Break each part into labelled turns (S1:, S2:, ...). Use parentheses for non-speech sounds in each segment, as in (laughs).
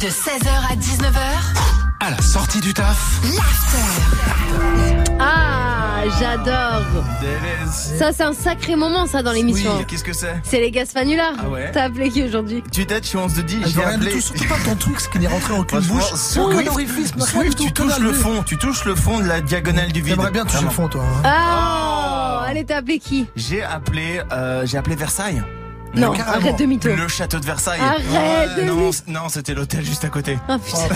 S1: De 16h à 19h,
S2: À la sortie du taf.
S3: Ah, j'adore. Ça, c'est un sacré moment, ça, dans l'émission.
S4: Oui, qu'est-ce que c'est
S3: C'est les Gaspanulars.
S4: Ah ouais
S3: T'as appelé qui aujourd'hui
S4: Tu t'aides, je suis 11 de 10,
S2: Je
S4: j'ai
S2: rien du
S4: appelé.
S2: tout, surtout
S4: (laughs)
S2: pas ton truc, ce qui n'est rentré en aucune
S4: Franchement,
S2: bouche.
S4: Swift,
S2: Aucun orifice, mais rien
S4: Swift,
S2: du tout,
S4: tu
S2: aucun
S4: touches le
S2: arbre.
S4: fond, tu touches le fond de la diagonale du vide.
S2: T'aimerais bien toucher le fond,
S4: Vraiment.
S2: toi. hein.
S3: Ah
S4: Oh
S3: Allez, t'as appelé qui
S4: J'ai appelé, euh, j'ai appelé Versailles.
S3: Non,
S2: carrément.
S3: arrête de mytho.
S4: Le château de Versailles.
S3: Arrête de
S4: non,
S3: mytho.
S4: c- non, c'était l'hôtel juste à côté.
S3: Ah, putain.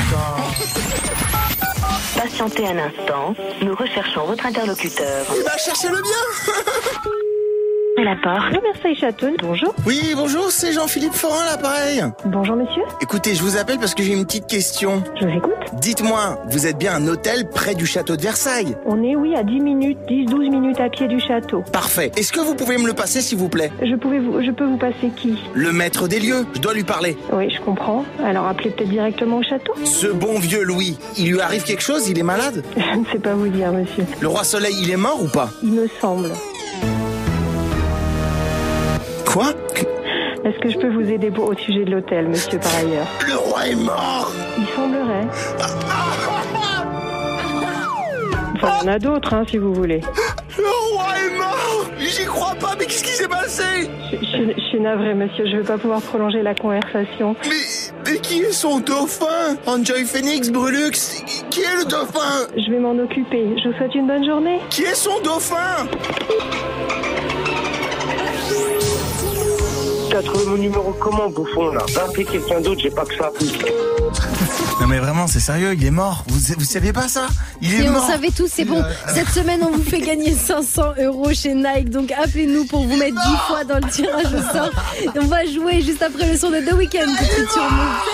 S5: Patientez un instant, nous recherchons votre interlocuteur.
S4: Eh
S2: Il
S4: ben,
S2: va chercher le bien
S5: C'est la porte.
S6: Versailles Château, bonjour.
S4: Oui, bonjour, c'est Jean-Philippe Forin, l'appareil.
S6: Bonjour monsieur,
S4: Écoutez, je vous appelle parce que j'ai une petite question.
S6: je vous écoute.
S4: Dites-moi, vous êtes bien un hôtel près du château de Versailles
S6: On est oui à 10 minutes, 10-12 minutes à pied du château.
S4: Parfait. Est-ce que vous pouvez me le passer, s'il vous plaît
S6: Je, pouvais vous, je peux vous passer qui
S4: Le maître des lieux, je dois lui parler.
S6: Oui, je comprends. Alors appelez peut-être directement au château
S4: Ce bon vieux Louis, il lui arrive quelque chose, il est malade
S6: (laughs) Je ne sais pas vous dire monsieur,
S4: Le roi soleil, il est mort ou pas
S6: il me semble.
S4: Quoi
S6: Est-ce que je peux vous aider pour- au sujet de l'hôtel monsieur par ailleurs
S4: Le roi est mort
S6: Il (laughs) semblerait. Enfin, il y en a d'autres hein, si vous voulez.
S4: Le roi est mort J'y crois pas, mais qu'est-ce qui s'est passé
S6: Je, je- je suis navrée monsieur, je ne vais pas pouvoir prolonger la conversation.
S4: mais, mais qui est son dauphin Enjoy Phoenix, Brulux Qui est le dauphin
S6: Je vais m'en occuper. Je vous souhaite une bonne journée.
S4: Qui est son dauphin
S7: T'as trouvé mon numéro comment, bouffon, là Va appeler quelqu'un d'autre, j'ai pas que ça.
S4: Non mais vraiment, c'est sérieux, il est mort. Vous, vous saviez pas ça Il est Euh.
S3: Et on
S4: mort.
S3: savait tous, c'est bon. Cette semaine, on vous fait gagner 500 euros chez Nike. Donc appelez-nous pour vous mettre 10 fois dans le tirage au sort. Et on va jouer juste après le son de The Weeknd. tout de suite sur Move.